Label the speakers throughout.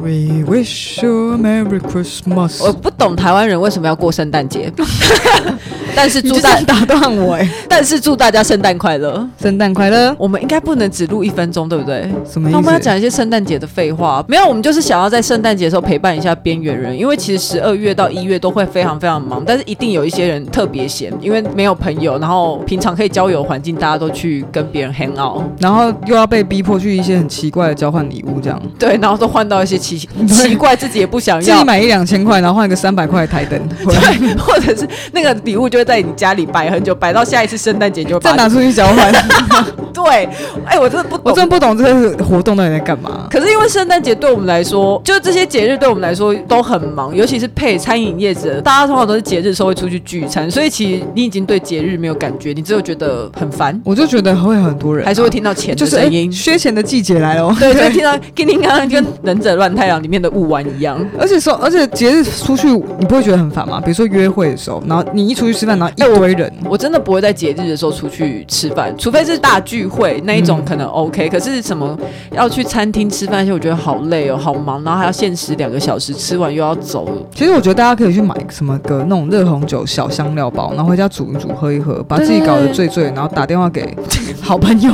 Speaker 1: We wish you a Merry
Speaker 2: 我
Speaker 1: Christmas。
Speaker 2: 不懂台湾人为什么要过圣诞 节，但是
Speaker 1: 你
Speaker 2: 祝
Speaker 1: 就这
Speaker 2: 大
Speaker 1: 样打断我哎！
Speaker 2: 但是祝大家圣诞快乐。
Speaker 1: 圣诞快乐，
Speaker 2: 我们应该不能只录一分钟，对不对？
Speaker 1: 什么意思？
Speaker 2: 那我们要讲一些圣诞节的废话，没有，我们就是想要在圣诞节的时候陪伴一下边缘人，因为其实十二月到一月都会非常非常忙，但是一定有一些人特别闲，因为没有朋友，然后平常可以交友环境大家都去跟别人 hang out，
Speaker 1: 然后又要被逼迫去一些很奇怪的交换礼物，这样
Speaker 2: 对，然后都换到一些奇奇怪自己也不想
Speaker 1: 自己
Speaker 2: 要。
Speaker 1: 买一两千块，然后换一个三百块的台灯，回来
Speaker 2: 对， 或者是那个礼物就会在你家里摆很久，摆到下一次圣诞节就 会
Speaker 1: 再
Speaker 2: 把它
Speaker 1: 拿出去交换。
Speaker 2: 对，哎、我真的不 懂，
Speaker 1: 我真的不懂这个活动到底在干嘛。
Speaker 2: 可是因为圣诞节对我们来说，就是这些节日对我们来说都很忙，尤其是配餐饮业者，大家通常都是节日的时候会出去聚餐，所以其实你已经对节日没有感觉，你只有觉得很烦，
Speaker 1: 我就觉得会很多人啊、
Speaker 2: 还是会听到钱
Speaker 1: 就
Speaker 2: 的
Speaker 1: 是
Speaker 2: 声音
Speaker 1: 哎，。缺钱的季节来了哦。
Speaker 2: 对，就会听到跟你刚刚跟《忍者乱太郎》里面的雾丸一样。
Speaker 1: 而且说，而且节日出去，你不会觉得很烦吗？比如说约会的时候，然后你一出去吃饭，然后一堆人，
Speaker 2: 我真的不会在节日的时候出去吃饭，除非是大聚会那一种
Speaker 1: 嗯
Speaker 2: 可能 OK、可是什么要去餐厅吃饭，而且我觉得好累哦，好忙，然后还要限时两个小时，吃完又要走，
Speaker 1: 其实我觉得大家可以去买什么个那种热红酒小香料包，然后回家煮一煮，喝一喝，把自己搞得醉醉，然后打电话给 好朋友。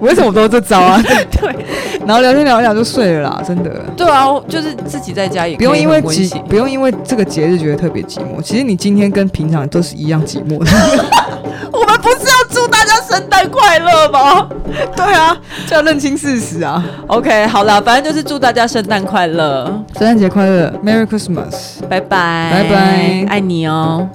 Speaker 1: 为什么都这招啊？ 对，然后聊天聊一聊就睡了啦，真的。
Speaker 2: 对啊，就是自己在家也
Speaker 1: 不用
Speaker 2: 可以
Speaker 1: 因为
Speaker 2: 很温
Speaker 1: 寂
Speaker 2: 馨，
Speaker 1: 不用因为这个节日觉得特别寂寞。其实你今天跟平常都是一样寂寞的，
Speaker 2: 我们不是要祝大家圣诞快乐吗？ 对啊
Speaker 1: 就要认清事实啊！
Speaker 2: ，OK，好啦，反正就是祝大家圣诞快乐，
Speaker 1: 圣诞节快乐，Merry Christmas。
Speaker 2: 拜拜，
Speaker 1: 拜拜
Speaker 2: 爱你哦。